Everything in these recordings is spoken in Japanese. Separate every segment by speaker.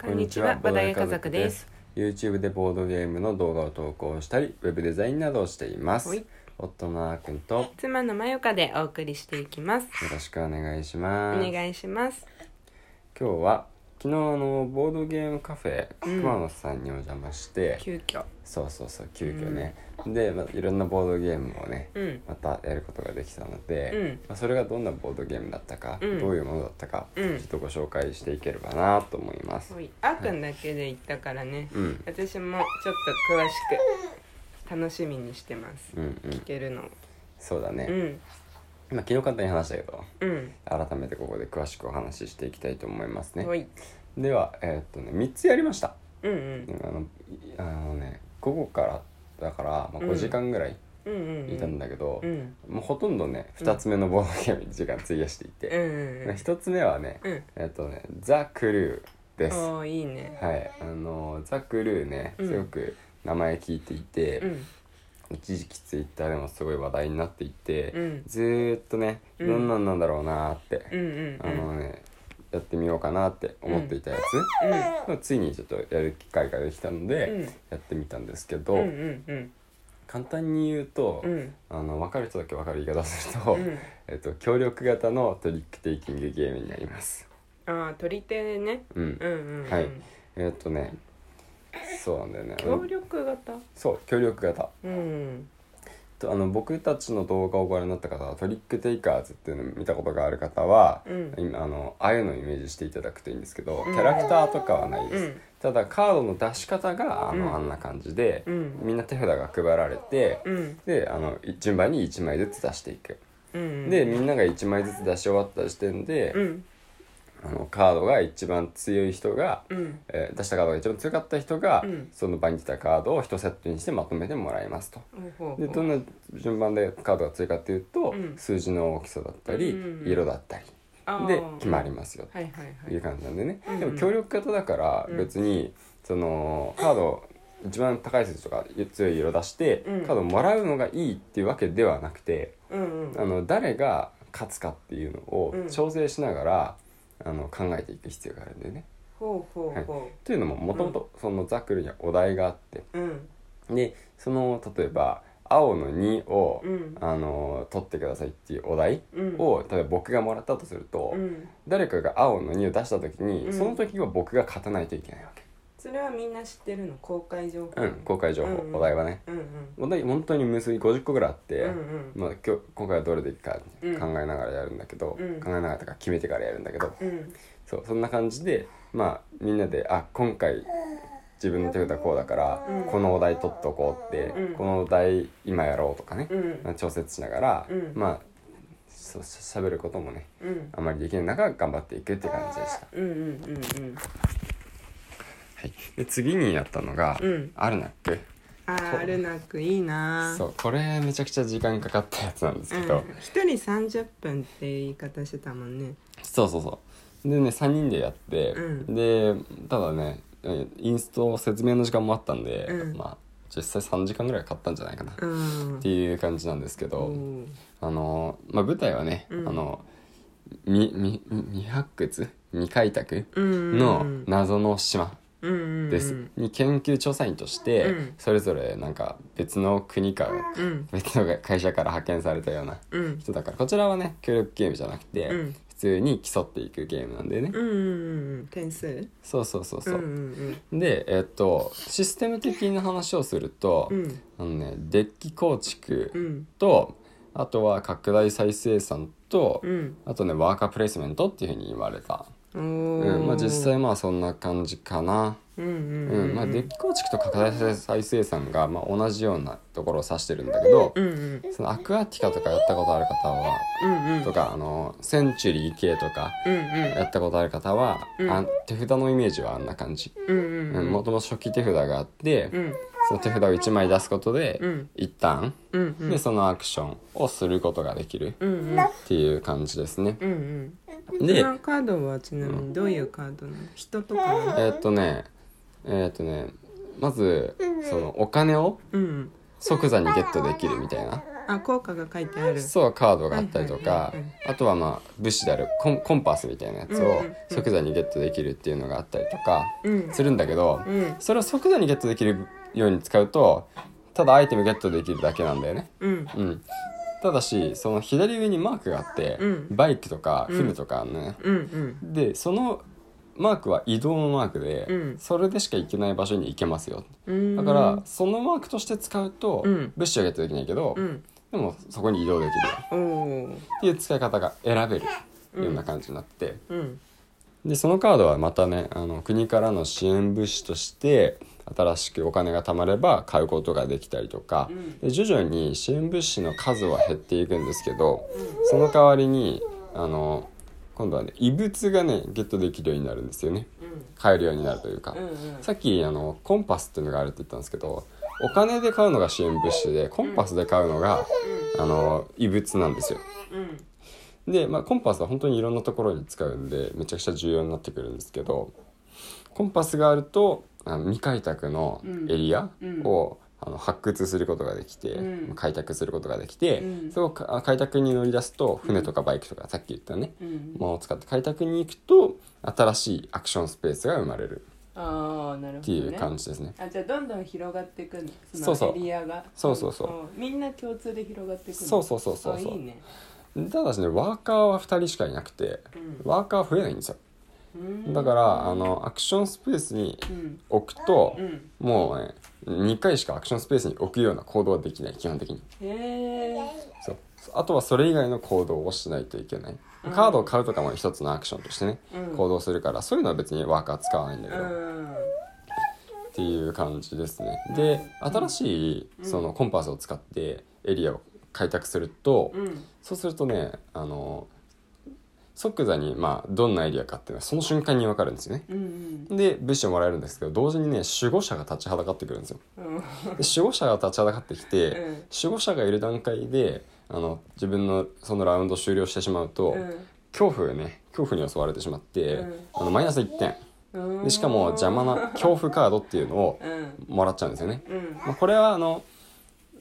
Speaker 1: こんにちは、バダヤ家族です。。
Speaker 2: YouTube でボードゲームの動画を投稿したり、ウェブデザインなどをしています
Speaker 1: はい。
Speaker 2: 夫のあーくんとよ
Speaker 1: 妻のまよかでお送りしていきます。
Speaker 2: ろしくお願いし
Speaker 1: お
Speaker 2: ます。今
Speaker 1: 願いします。
Speaker 2: 日は昨日あのボードゲームカフェ熊野さんにお邪魔して、
Speaker 1: 急遽。
Speaker 2: そうそうそう急遽ね、で、まあ、いろんなボードゲームをね、
Speaker 1: うん。
Speaker 2: またやることができたので、
Speaker 1: うん
Speaker 2: まあ、それがどんなボードゲームだったか、
Speaker 1: うん
Speaker 2: どういうものだったか、
Speaker 1: うん
Speaker 2: ちょっとご紹介していければなと思います。
Speaker 1: おいあーくんだけで行ったからね、
Speaker 2: うん
Speaker 1: 私もちょっと詳しく楽しみにしてます。
Speaker 2: うんう
Speaker 1: 聞
Speaker 2: ん、
Speaker 1: けるのを。
Speaker 2: そうだね、
Speaker 1: うん。
Speaker 2: まあ、昨日簡単に話したけど
Speaker 1: うん。
Speaker 2: 改めてここで詳しくお話ししていきたいと思いますね
Speaker 1: おい。
Speaker 2: ではえーっとね3つやりました
Speaker 1: うんう
Speaker 2: あ
Speaker 1: ん。
Speaker 2: のいあのね午後からだから、まあ、
Speaker 1: うん
Speaker 2: 5時間ぐらい
Speaker 1: うんうん。
Speaker 2: いたんだけど、
Speaker 1: うん。
Speaker 2: もうほとんどね2つ目のボードゲームに時間費やしてい
Speaker 1: うんう
Speaker 2: て、
Speaker 1: ん
Speaker 2: 1つ目はね、
Speaker 1: うん。うん。
Speaker 2: えーっとねザ・クルーですは
Speaker 1: おーいいね。
Speaker 2: いあのザ・クルーね
Speaker 1: うん
Speaker 2: すごく名前聞いていて、
Speaker 1: うん。
Speaker 2: 一時期ツイッターでもすごい話題になっていて、
Speaker 1: うん
Speaker 2: ずーっとね
Speaker 1: う
Speaker 2: ど
Speaker 1: ん
Speaker 2: んなんなんだろうなーって、
Speaker 1: うんうん
Speaker 2: あのね、やってみようかなって思っていたや
Speaker 1: うん。
Speaker 2: つ、ついにちょっとやる機会ができたので、
Speaker 1: うん
Speaker 2: やってみたんですけど、
Speaker 1: うんうんうん
Speaker 2: 簡単に言うと、
Speaker 1: うん
Speaker 2: あの分かる人だけ分かる言い方をすると、
Speaker 1: うん
Speaker 2: えっと、協力型のトリックテイキングゲームになります。
Speaker 1: ああ鳥手ね
Speaker 2: うん
Speaker 1: うんうんうん
Speaker 2: はいえっとねそうなんだよね
Speaker 1: 協力型
Speaker 2: そう協力型
Speaker 1: うん
Speaker 2: とあの僕たちの動画をご覧になった方はトリックテイカーズっていうのを見たことがある方は、
Speaker 1: うん
Speaker 2: 今あのああいうのをイメージしていただくといいんですけど、キャラクターとかはないです、
Speaker 1: うん
Speaker 2: ただカードの出し方があの、
Speaker 1: うん
Speaker 2: あんな感じで、
Speaker 1: うん
Speaker 2: みんな手札が配られて、
Speaker 1: うん
Speaker 2: であのい順番に1枚ずつ出していく、
Speaker 1: うん
Speaker 2: でみんなが1枚ずつ出し終わった時点で、
Speaker 1: うん
Speaker 2: あのカードが一番強い人が、
Speaker 1: うん
Speaker 2: えー出したカードが一番強かった人が、
Speaker 1: うん
Speaker 2: その場に来たカードを1セットにしてまとめてもらいますと。
Speaker 1: ほうほう
Speaker 2: でどんな順番でカードが強いかっていうと、
Speaker 1: うん
Speaker 2: 数字の大きさだったり、
Speaker 1: うんうんうん
Speaker 2: 色だったり
Speaker 1: あー
Speaker 2: で決まりますよ
Speaker 1: はいはいは
Speaker 2: という
Speaker 1: い
Speaker 2: 感じなんでね、
Speaker 1: うんうん
Speaker 2: でも協力型だから
Speaker 1: うん
Speaker 2: 別にそのカード一番高い数字とか強い色出して、
Speaker 1: うん
Speaker 2: カードもらうのがいいっていうわけではなくて
Speaker 1: うんうん
Speaker 2: あの誰が勝つかっていうのを
Speaker 1: うん
Speaker 2: 調整しながら、あの考えていく必要があるんだよね。
Speaker 1: ほうほうほ
Speaker 2: というのももともとそのザクルにはお題があって
Speaker 1: ううん
Speaker 2: でその例えば青の2を、
Speaker 1: うん
Speaker 2: あの取ってくださいっていうお題
Speaker 1: うん
Speaker 2: を、例えば僕がもらったとすると、
Speaker 1: うん
Speaker 2: 誰かが青の2を出した時に、
Speaker 1: うん
Speaker 2: その時は僕が勝たないといけないわけ、
Speaker 1: それはみんな知ってるの公開情報
Speaker 2: うん、公開情報、
Speaker 1: うんうん
Speaker 2: お題はね
Speaker 1: うんうん
Speaker 2: お題本当に無数に50個ぐらいあって、
Speaker 1: うんうん
Speaker 2: まあ、今日今回はどれでいくか考
Speaker 1: う
Speaker 2: え
Speaker 1: ん
Speaker 2: ながらやるんだけど、
Speaker 1: うん
Speaker 2: 考えながらとか決めてからやるんだけど、
Speaker 1: うん
Speaker 2: そうそんな感じでまあみんなであ今回自分の手札こうだから、
Speaker 1: うん
Speaker 2: このお題取っとこうって、
Speaker 1: うん
Speaker 2: このお題今やろうとかね、
Speaker 1: うん
Speaker 2: まあ調節しながら、
Speaker 1: うん
Speaker 2: まあそうししゃべることもね
Speaker 1: うん
Speaker 2: あまりできない中頑張っていくって感じでした、
Speaker 1: うんうんうんうん
Speaker 2: はい、で次にやったのが、
Speaker 1: うん
Speaker 2: アルナック
Speaker 1: あーあるなくいいな
Speaker 2: そうこれめちゃくちゃ時間かかったやつなんです
Speaker 1: うん
Speaker 2: けど、
Speaker 1: 一人三十分って言い方してたもんね
Speaker 2: そうそうそうでね3人でやって、
Speaker 1: うん
Speaker 2: でただねえインスト説明の時間もあったんで、
Speaker 1: うん
Speaker 2: まあ実際3時間ぐらいかかったんじゃないかな、っ
Speaker 1: うん
Speaker 2: ていう感じなんですけど、
Speaker 1: おー
Speaker 2: あのまあ舞台はね、
Speaker 1: うん
Speaker 2: あのみみ未発掘未開拓
Speaker 1: うんうん
Speaker 2: の謎の島
Speaker 1: うんうん
Speaker 2: です、に研究調査員として、
Speaker 1: うん
Speaker 2: それぞれなんか別の国か
Speaker 1: うん
Speaker 2: 別の会社から派遣されたような
Speaker 1: うん
Speaker 2: 人だからこちらはね協力ゲームじゃなくて、
Speaker 1: うん
Speaker 2: 普通に競っていくゲームなんでね、
Speaker 1: うんうんうん点数
Speaker 2: そうそうそうそう
Speaker 1: う、ん
Speaker 2: でえっとシステム的な話をすると、
Speaker 1: うんうん
Speaker 2: あのねデッキ構築
Speaker 1: うん
Speaker 2: と、あとは拡大再生産と、
Speaker 1: うん
Speaker 2: あとねワーカープレイスメントっていうふうに言われた、
Speaker 1: お
Speaker 2: う
Speaker 1: ー
Speaker 2: んまあ、実際まあそんな感じかな、
Speaker 1: う
Speaker 2: うんん
Speaker 1: うん
Speaker 2: まあ、デッキ構築と拡大再生産がまあ同じようなところを指してるんだけど、
Speaker 1: うんうん
Speaker 2: そのアクアティカとかやったことある方は
Speaker 1: うんうん
Speaker 2: とかあのセンチュリー系とか
Speaker 1: うん
Speaker 2: やったことある方は、
Speaker 1: うん
Speaker 2: あ手札のイメージはあんな感じ、
Speaker 1: うん
Speaker 2: う、
Speaker 1: うんん
Speaker 2: もともと初期手札があって、
Speaker 1: うん
Speaker 2: その手札を1枚出すことで、
Speaker 1: うん
Speaker 2: 一旦
Speaker 1: うんうん
Speaker 2: でそのアクションをすることができる
Speaker 1: うんうん
Speaker 2: っていう感じですね、
Speaker 1: うんうん
Speaker 2: で
Speaker 1: そのカードはちなみにどういうカードなの人とか
Speaker 2: え
Speaker 1: なの
Speaker 2: ーっとねえーっとねまずそのお金を
Speaker 1: うん
Speaker 2: 即座にゲットできるみたいな
Speaker 1: あ効果が書いてある
Speaker 2: そうカードがあったりと
Speaker 1: は
Speaker 2: か
Speaker 1: いはいはいはい
Speaker 2: あとはまあ武士であるコンコンパスみたいなやつ
Speaker 1: うんうん
Speaker 2: を
Speaker 1: うん
Speaker 2: 即座にゲットできるっていうのがあったりとか
Speaker 1: うん
Speaker 2: するんだけど
Speaker 1: うん
Speaker 2: それを即座にゲットできるように使うとただアイテムゲットできるだけなんだよね。
Speaker 1: うん
Speaker 2: うん、ただしその左上にマークがあって、
Speaker 1: うん
Speaker 2: バイクとかフルとかあるのね、
Speaker 1: うんうん
Speaker 2: でそのマークは移動のマークで、
Speaker 1: うん
Speaker 2: それでしか行けない場所に行けますよ
Speaker 1: うん
Speaker 2: だからそのマークとして使うと、
Speaker 1: うん
Speaker 2: 物資はゲットできないけど、
Speaker 1: うん
Speaker 2: でもそこに移動できる
Speaker 1: おお
Speaker 2: っていう使い方が選べるような感じになって、
Speaker 1: うん
Speaker 2: でそのカードはまたねあの国からの支援物資として新しくお金が貯まれば買うことができたりとか、
Speaker 1: うん
Speaker 2: で徐々に支援物資の数は減っていくんですけど、その代わりにあの今度はね異物がねゲットできるようになるんですよね
Speaker 1: うん
Speaker 2: 買えるようになるというか、
Speaker 1: うんうん
Speaker 2: さっきあのコンパスっていうのがあるって言ったんですけどお金で買うのが支援物資でコンパスで買うのが、あの異物なんですよ。
Speaker 1: うん
Speaker 2: で、まあ、コンパスは本当にいろんなところに使うんでめちゃくちゃ重要になってくるんですけどコンパスがあるとあの未開拓のエリア
Speaker 1: うん
Speaker 2: を、あの発掘することができて、
Speaker 1: うん
Speaker 2: 開拓することができて、
Speaker 1: うん
Speaker 2: それをかあ開拓に乗り出すと船とかバイクとか、さっき言ったね
Speaker 1: うん
Speaker 2: ものを使って開拓に行くと新しいアクションスペースが生まれる
Speaker 1: ああなるほどね
Speaker 2: っていう感じですね。
Speaker 1: あじゃあどんどん広がっていくんです
Speaker 2: そうそう
Speaker 1: エリアが
Speaker 2: そうそうそう
Speaker 1: うんみんな共通で広がっていくの
Speaker 2: そうそうそうそう
Speaker 1: あいいね
Speaker 2: ただしねワーカーは2人しかいなくて
Speaker 1: う
Speaker 2: ワーカーは増えないんですよ
Speaker 1: ん
Speaker 2: だからあのアクションスペースに
Speaker 1: うん
Speaker 2: 置くと、
Speaker 1: うん
Speaker 2: もうね2回しかアクションスペースに置くような行動はできない基本的に
Speaker 1: へえ
Speaker 2: そうあとはそれ以外の行動をしないといけない
Speaker 1: うん
Speaker 2: カードを買うとかも一つのアクションとしてね、
Speaker 1: うん
Speaker 2: 行動するからそういうのは別にワーカー使わないんだけ
Speaker 1: う
Speaker 2: ど、っ
Speaker 1: ん
Speaker 2: ていう感じですねで新しいそのコンパスを使ってエリアを開拓すると、
Speaker 1: うん
Speaker 2: そうするとねあの即座にまあどんなエリアかっていうのはその瞬間に分かるんですよね
Speaker 1: うん
Speaker 2: で物資をもらえるんですけど同時にね守護者が立ちはだかってくるんですよ
Speaker 1: うんうん
Speaker 2: で守護者が立ちはだかってきて、
Speaker 1: うん
Speaker 2: 守護者がいる段階であの自分のそのラウンド終了してしまうと、恐怖ね恐怖に襲われてしまって、
Speaker 1: うん
Speaker 2: あのマイナス1点
Speaker 1: うん
Speaker 2: でしかも邪魔な恐怖カードっていうのを
Speaker 1: うん
Speaker 2: もらっちゃうんですよね、
Speaker 1: うん
Speaker 2: まあ、これはあの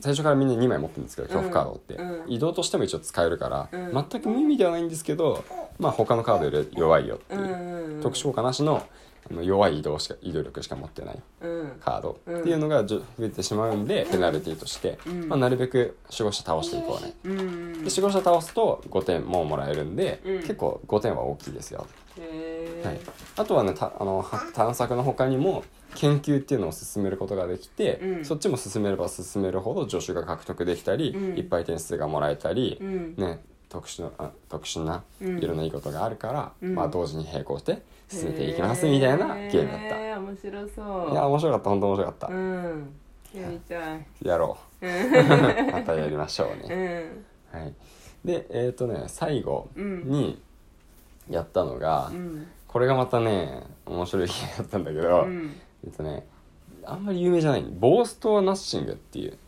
Speaker 2: 最初からみんな2枚持ってるんですけど恐怖カードって、
Speaker 1: うんうん
Speaker 2: 移動としても一応使えるから、
Speaker 1: うん
Speaker 2: 全く無意味ではないんですけど、まあ、他のカードより弱いよっていうう、
Speaker 1: んうん
Speaker 2: 特殊効果なしのあの弱い移動しか移動力しか持ってない
Speaker 1: うん
Speaker 2: カードっていうのがじょ増えてしまうんで、ペナルティとして、
Speaker 1: ん
Speaker 2: まあ、なるべく守護者倒していこうね。
Speaker 1: うんうん
Speaker 2: で守護者倒すと5点ももらえるんで、
Speaker 1: うん
Speaker 2: 結構5点は大きいですよ。
Speaker 1: へ
Speaker 2: はい
Speaker 1: え、
Speaker 2: あとはねたあのは探索の他にも研究っていうのを進めることができて、
Speaker 1: うん
Speaker 2: そっちも進めれば進めるほど助手が獲得できたり、
Speaker 1: うん
Speaker 2: いっぱい点数がもらえたり、
Speaker 1: うん
Speaker 2: ね、特殊なあ特殊な
Speaker 1: うん
Speaker 2: いろんないいことがあるから、
Speaker 1: うん
Speaker 2: まあ、同時に並行して進めていきますみたいなゲームだった。
Speaker 1: へえ面白そう
Speaker 2: いや面白かった本当面白かった、
Speaker 1: うんやりたい
Speaker 2: やろ うまたやりましょう
Speaker 1: う
Speaker 2: ね、
Speaker 1: ん
Speaker 2: はい、でえっ、とね最後
Speaker 1: うん
Speaker 2: にやったのが、
Speaker 1: うん
Speaker 2: これがまたね面白いゲームだったんだけ
Speaker 1: う
Speaker 2: ど、
Speaker 1: ん
Speaker 2: えっとねあんまり有名じゃないボーストはナッシングっていう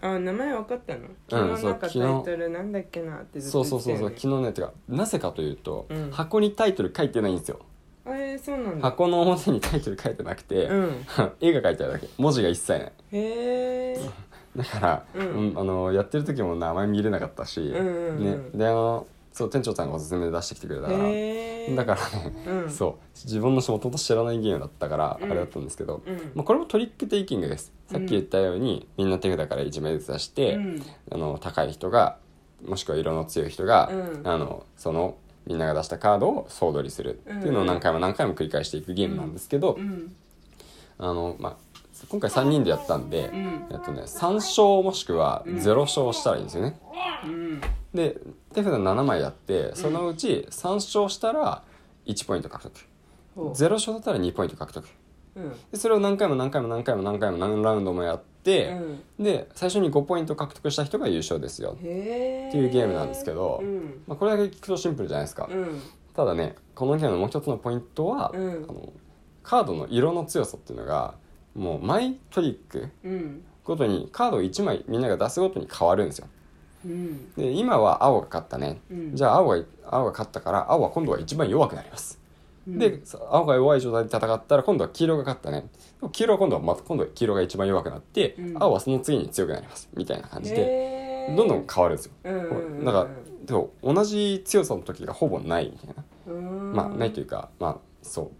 Speaker 1: あ名前分かったの昨日なんかタイ
Speaker 2: そう
Speaker 1: トルなんだっけなってずっ
Speaker 2: そ
Speaker 1: と
Speaker 2: うそ
Speaker 1: 言
Speaker 2: う
Speaker 1: ってた
Speaker 2: そう
Speaker 1: よ
Speaker 2: そう
Speaker 1: ね
Speaker 2: 昨日ねてかなぜかというと、
Speaker 1: うん
Speaker 2: 箱にタイトル書いてないんですよ
Speaker 1: えーそうなんだ
Speaker 2: 箱の表にタイトル書いてなくて、
Speaker 1: うん
Speaker 2: 絵が書いてあるだけ文字が一切ない
Speaker 1: へえ
Speaker 2: だから、
Speaker 1: うん
Speaker 2: うんあのやってる時も名前見れなかったし、
Speaker 1: んうんうん
Speaker 2: ね、であのそう店長さんがおすすめで出してきてくれたから、
Speaker 1: へえ
Speaker 2: だからね、
Speaker 1: うん
Speaker 2: そう自分の仕事と知らないゲームだったからあ
Speaker 1: うん
Speaker 2: れだったんですけど、
Speaker 1: うん
Speaker 2: まあ、これもトリックテイキングですさっき言ったように、みんな手札から1枚ずつ出して、
Speaker 1: うん
Speaker 2: あの高い人がもしくは色の強い人が、
Speaker 1: うん
Speaker 2: あのそのみんなが出したカードを総取りするっていうのを何回も何回も繰り返していくゲームなんですけど、
Speaker 1: うん
Speaker 2: あのまあ、今回3人でやったんで、
Speaker 1: うん
Speaker 2: えっとね、3勝もしくは0勝したらいいんですよね。
Speaker 1: うん
Speaker 2: で手札7枚やってそのうち3勝したら1ポイント獲得、
Speaker 1: ほう
Speaker 2: 0勝だったら2ポイント獲得
Speaker 1: うん
Speaker 2: でそれを何回も何回も何回も何回も何ラウンドもやって、で最初に5ポイント獲得した人が優勝ですよ、
Speaker 1: へえ
Speaker 2: っていうゲームなんですけど
Speaker 1: うん
Speaker 2: まあ、これだけ聞くとシンプルじゃないですか、
Speaker 1: うん
Speaker 2: ただねこのゲームのもう一つのポイントは、
Speaker 1: うん
Speaker 2: あのカードの色の強さっていうのがもう毎トリック
Speaker 1: うん
Speaker 2: ごとにカードを1枚みんなが出すごとに変わるんですよ
Speaker 1: うん
Speaker 2: で今は青が勝ったね、
Speaker 1: うん
Speaker 2: じゃあ青が青が勝ったから青は今度は一番弱くなります、
Speaker 1: うん
Speaker 2: でさ青が弱い状態で戦ったら今度は黄色が勝ったねでも黄色は今度はまた今度は黄色が一番弱くなって、
Speaker 1: うん
Speaker 2: 青はその次に強くなりますみたいな感じで、
Speaker 1: へへえ
Speaker 2: どんどん変わるんですよ
Speaker 1: うんうんうんうん
Speaker 2: なんかでも同じ強さの時がほぼないみたいな
Speaker 1: うん
Speaker 2: まあないというかまあそ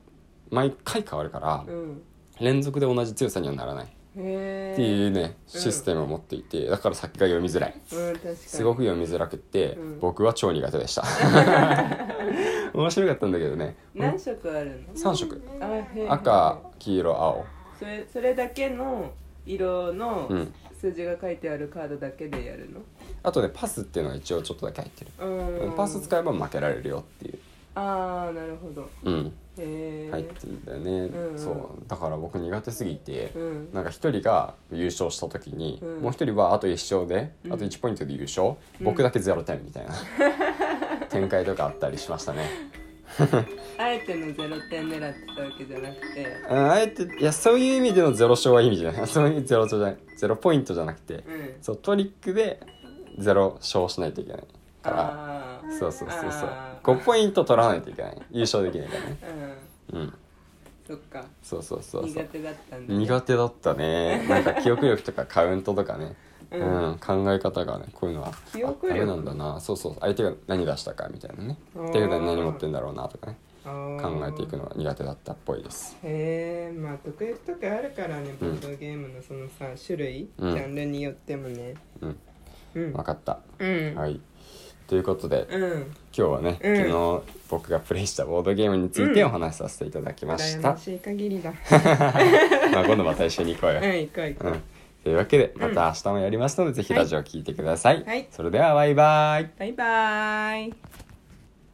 Speaker 2: う毎回変わるから
Speaker 1: うん
Speaker 2: 連続で同じ強さにはならない
Speaker 1: へえ
Speaker 2: っていうね
Speaker 1: うん
Speaker 2: システムを持っていてだから先が読みづらい
Speaker 1: うん確かに
Speaker 2: すごく読みづらくって
Speaker 1: うん
Speaker 2: 僕は超苦手 でした面白かったんだけどね
Speaker 1: 何色あるの
Speaker 2: 3色
Speaker 1: あへえ
Speaker 2: 赤黄色青
Speaker 1: それそれだけの色の
Speaker 2: うん
Speaker 1: 数字が書いてあるカードだけでやるの
Speaker 2: あとねパスっていうのが一応ちょっとだけ入ってる
Speaker 1: うん
Speaker 2: パス使えば負けられるよっていう
Speaker 1: ああなるほど
Speaker 2: うん
Speaker 1: へえ
Speaker 2: 入ってるんだよね
Speaker 1: うんうん
Speaker 2: そうだから僕苦手すぎて
Speaker 1: うん
Speaker 2: なんか一人が優勝した時に、
Speaker 1: うん
Speaker 2: もう一人はあと1勝で、
Speaker 1: うん
Speaker 2: あと1ポイントで優勝、
Speaker 1: うん
Speaker 2: 僕だけ0点みた いな展開とかあったりしましたね
Speaker 1: あえてのゼロ点狙ってたわけじゃなくて
Speaker 2: ああえていやそういう意味での0勝はいい意味じゃない そういう0勝じゃない0ポイントじゃなくて
Speaker 1: うん
Speaker 2: そうトリックで0勝しないといけないから
Speaker 1: ああ
Speaker 2: そうそうそうそう
Speaker 1: あー
Speaker 2: 5ポイント取らないといけない優勝できないからね
Speaker 1: うん
Speaker 2: うん
Speaker 1: そっか
Speaker 2: そうそうそうそ
Speaker 1: 苦
Speaker 2: う
Speaker 1: 手だったんだね
Speaker 2: 苦手だったねなんか記憶力とかカウントとかね
Speaker 1: うん
Speaker 2: うん、考え方がねこういうのは
Speaker 1: 記憶力
Speaker 2: あダメなんだなそうそう相手が何出したかみたいなね
Speaker 1: あー
Speaker 2: 手札に何持ってんだろうなとかね考
Speaker 1: 考
Speaker 2: えていくのが苦手だったっぽいです
Speaker 1: へえまあ得意不得意あるからねボ
Speaker 2: うん
Speaker 1: ードゲームのそのさ種類、
Speaker 2: うん
Speaker 1: ジャンルによってもね
Speaker 2: うん
Speaker 1: うん
Speaker 2: 分かった、
Speaker 1: うん、
Speaker 2: はいということで
Speaker 1: うん
Speaker 2: 今日はね、
Speaker 1: うん
Speaker 2: 昨日僕がプレイしたボードゲームについてお話しさせていただきまし
Speaker 1: 羨
Speaker 2: た
Speaker 1: ま、しい限り だ
Speaker 2: まあ今度また一緒に行こうよ、
Speaker 1: うん行こう行こ
Speaker 2: う
Speaker 1: う、
Speaker 2: ん、というわけでまた明日もやりますので、ぜひラジオ聞いてください、
Speaker 1: はい
Speaker 2: それではバイバイ
Speaker 1: バイバーイ